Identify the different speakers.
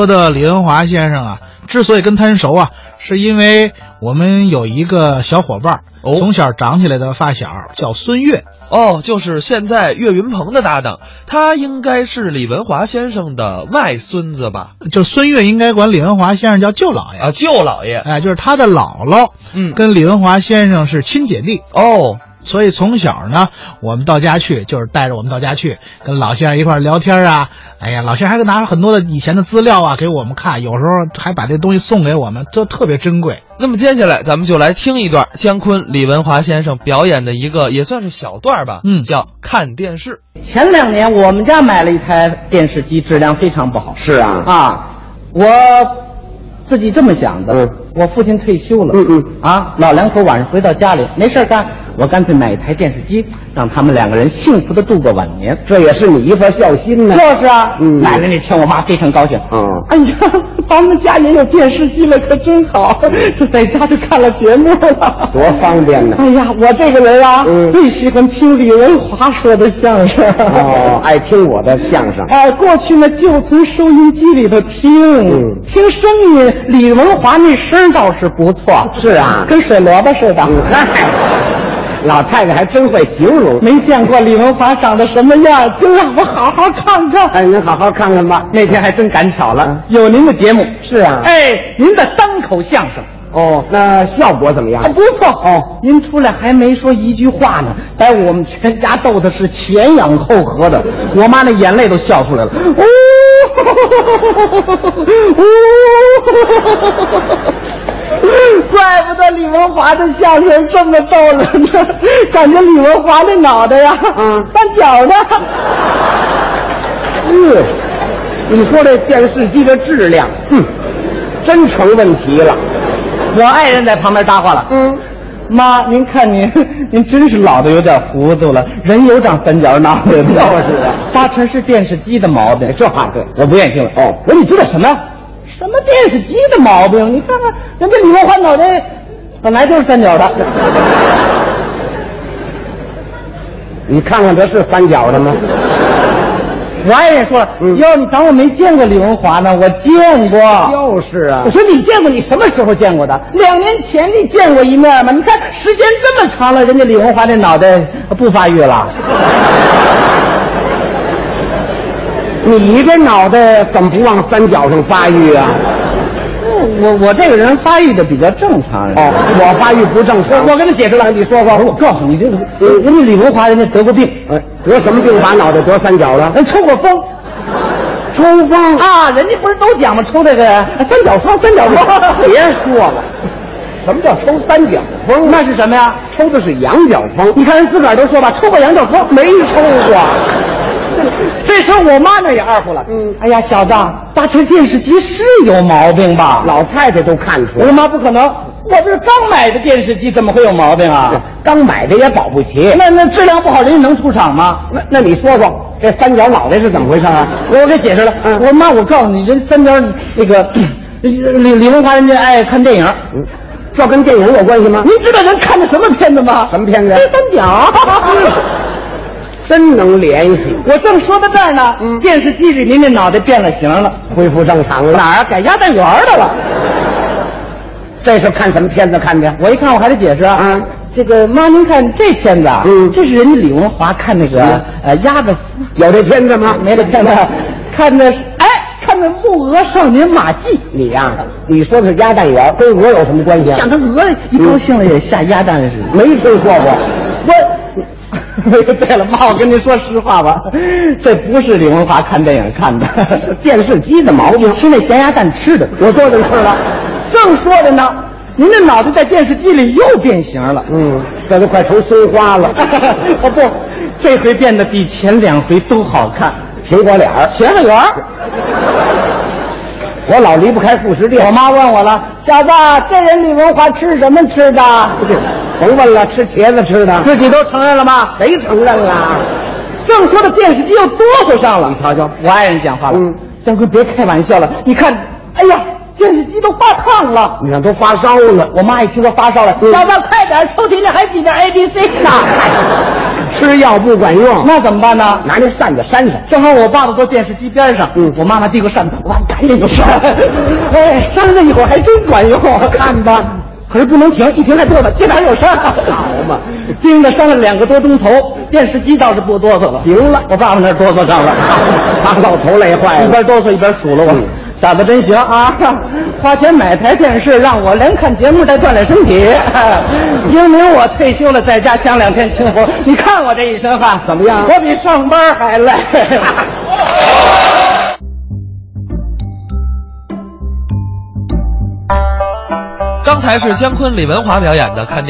Speaker 1: 说的李文华先生啊，之所以跟他人熟啊，是因为我们有一个小伙伴，
Speaker 2: 哦
Speaker 1: 从小长起来的发小叫孙越。
Speaker 2: 哦，就是现在岳云鹏的搭档，他应该是李文华先生的外孙子吧？
Speaker 1: 就孙越应该管李文华先生叫舅老爷，
Speaker 2: 啊，舅老爷。
Speaker 1: 哎，就是他的姥姥
Speaker 2: 嗯，
Speaker 1: 跟李文华先生是亲姐弟，
Speaker 2: 哦，
Speaker 1: 所以从小呢，我们到家去就是带着我们到家去跟老先生一块儿聊天啊。哎呀，老先生还拿很多的以前的资料啊给我们看，有时候还把这东西送给我们，都特别珍贵。
Speaker 2: 那么接下来咱们就来听一段姜昆、李文华先生表演的一个也算是小段儿吧，
Speaker 1: 嗯
Speaker 2: 叫看电视。
Speaker 3: 前两年我们家买了一台电视机，质量非常不好。
Speaker 4: 是啊，
Speaker 3: 啊，我自己这么想的。
Speaker 4: 嗯
Speaker 3: 我父亲退休了。
Speaker 4: 嗯嗯
Speaker 3: 啊，老两口晚上回到家里没事儿干，我干脆买一台电视机，让他们两个人幸福的度过晚年。
Speaker 4: 这也是你一份孝心呢。
Speaker 3: 就是啊，
Speaker 4: 嗯
Speaker 3: 买了那天我妈非常高兴。
Speaker 4: 嗯
Speaker 3: 哎呀，咱们家也有电视机了，可真好， 就在家就看了节目了，
Speaker 4: 多方便呢
Speaker 3: 哎呀，我这个人啊，
Speaker 4: 嗯
Speaker 3: 最喜欢听李文华说的相声。
Speaker 4: 哦，爱听我的相声。
Speaker 3: 哎，过去呢就从收音机里头听，
Speaker 4: 嗯
Speaker 3: 听声音，李文华那声倒是不错，
Speaker 4: 是啊
Speaker 3: 跟水萝卜似的。
Speaker 4: 嗯 嗨，老太太还真会形容。
Speaker 3: 没见过李文华长得什么样，就让我好好看看。
Speaker 4: 哎，您好好看看吧。
Speaker 3: 那天还真赶巧
Speaker 4: 嗯
Speaker 3: 了，有您的节目。
Speaker 4: 是啊
Speaker 3: 哎，您的单口相声
Speaker 4: 哦，那效果怎么样
Speaker 3: 还？不错
Speaker 4: 哦。
Speaker 3: 您出来还没说一句话呢，把我们全家逗的是前仰后合的，我妈那眼泪都笑出来了。呜、呜、怪不得李文华的相声这么逗人呢，感觉李文华那脑袋呀，
Speaker 4: 嗯
Speaker 3: 当饺子。
Speaker 4: 嗯，你说这电视机的质量，嗯，真成问题了。
Speaker 3: 我爱人在旁边搭话了，嗯，妈，您看您，您真是老的有点糊涂了，人有长三角脑袋的，
Speaker 4: 就是啊
Speaker 3: 八成是电视机的毛病。
Speaker 4: 这话对
Speaker 3: 我不愿意听了。
Speaker 4: 哦
Speaker 3: 我说你知道什么？什么电视机的毛病？你看看人家李文华脑袋本来就是三角的，
Speaker 4: 你看看这是三角的吗？
Speaker 3: 我爱人说了，
Speaker 4: 嗯
Speaker 3: 哟、你当我没见过李文华呢？我见过。
Speaker 4: 就是啊
Speaker 3: 我说你见过？你什么时候见过的？两年前你见过一面吗？你看时间这么长了，人家李文华这脑袋不发育了。
Speaker 4: 你这脑袋怎么不往三角上发育啊？
Speaker 3: 我我这个人发育的比较正常。
Speaker 4: 哦，我发育不正常。
Speaker 3: 我我跟他解释了，你说说。嗯我告诉你，这个人家李文华人家得过病，
Speaker 4: 哎，得什么病把脑袋得三角了？
Speaker 3: 人抽过风。
Speaker 4: 抽风
Speaker 3: 啊，人家不是都讲吗？抽这个三角窗，三角 窗。
Speaker 4: 别说了，什么叫抽三角风？
Speaker 3: 那是什么呀？
Speaker 4: 抽的是羊角风。
Speaker 3: 你看人自个儿都说吧，抽过羊角窗没抽过。这时候我妈那也二胡了，
Speaker 4: 嗯
Speaker 3: 哎呀，小子，八成电视机是有毛病吧？
Speaker 4: 老太太都看出
Speaker 3: 我说
Speaker 4: 来，嗯
Speaker 3: 妈不可能，我这是刚买的电视机，怎么会有毛病啊？
Speaker 4: 刚买的也保不齐。
Speaker 3: 那那质量不好，人家能出厂吗？
Speaker 4: 那那你说说，这三角脑袋是怎么回事啊？
Speaker 3: 我给解释了，
Speaker 4: 嗯
Speaker 3: 我说妈，我告诉你，人三角那个 李李文华人家爱看电影，
Speaker 4: 嗯，这跟电影有关系吗？
Speaker 3: 您知道人看的什么片子吗？
Speaker 4: 什么片子
Speaker 3: 黑三角。
Speaker 4: 真能联系，
Speaker 3: 我正说到这儿呢，
Speaker 4: 嗯
Speaker 3: 电视机里您那脑袋变了形了，
Speaker 4: 恢复正常了。
Speaker 3: 哪儿啊改鸭蛋园儿的了？
Speaker 4: 这是看什么片子看的？
Speaker 3: 我一看我还得解释啊
Speaker 4: 嗯
Speaker 3: 这个妈，您看这片子啊，
Speaker 4: 嗯
Speaker 3: 这是人家李文华看那个
Speaker 4: 嗯
Speaker 3: 呃鸭子
Speaker 4: 有这片子吗？
Speaker 3: 没得看的，看的是哎，看的木鹅少年马季。
Speaker 4: 你呀、你说的是鸭蛋园，跟鹅有什么关系啊
Speaker 3: 想？他鹅一高兴了也下鸭蛋似的。
Speaker 4: 没听说过。
Speaker 3: 我，对了，妈，我跟您说实话吧，这不是李文华看电影看的，是电视机的毛病，吃那咸鸭蛋吃的。
Speaker 4: 我多着吃了。
Speaker 3: 正说着呢，您的脑袋在电视机里又变形了。
Speaker 4: 嗯，这都快成松花了，
Speaker 3: 哦不，这回变得比前两回都好看。
Speaker 4: 苹果脸儿。
Speaker 3: 学个园儿
Speaker 4: 我老离不开副食店。
Speaker 3: 我妈问我了，小子，这人李文华吃什么吃的？
Speaker 4: 甭问了，吃茄子吃的，
Speaker 3: 自己都承认了吗？
Speaker 4: 谁承认啊啦？
Speaker 3: 正说着，电视机又哆嗦上了。你瞧瞧，我爱人讲话了，
Speaker 4: 嗯
Speaker 3: 姜昆别开玩笑了，你看，哎呀，电视机都发烫了。
Speaker 4: 你看都发烧了，嗯
Speaker 3: 我妈一听说发烧了，小子快点收听的还几遍 A B C 呢，
Speaker 4: 吃药不管用，
Speaker 3: 那怎么办呢？
Speaker 4: 拿那扇子扇扇。
Speaker 3: 正好我爸爸坐电视机边上，
Speaker 4: 嗯
Speaker 3: 我妈妈递个扇子，我爸赶
Speaker 4: 这
Speaker 3: 紧
Speaker 4: 就，
Speaker 3: 就是上。
Speaker 4: 哎，扇了一会儿还真管用，看吧。可是不能停，一停还哆嗦，这哪有事儿？ 好嘛，
Speaker 3: 啊盯着扇了两个多钟头，电视机倒是不哆嗦了。
Speaker 4: 行了，
Speaker 3: 我爸爸那儿哆嗦 上了，
Speaker 4: 大老头累坏
Speaker 3: 一
Speaker 4: 了。
Speaker 3: 边哆嗦一边数落我，胆子真行啊！花钱买台电视，让我连看节目带锻炼身体。英明我退休了，在家享两天清福。你看我这一身汗
Speaker 4: 怎么样
Speaker 3: 我比上班还 累。
Speaker 2: 刚才是姜昆、李文华表演的看电。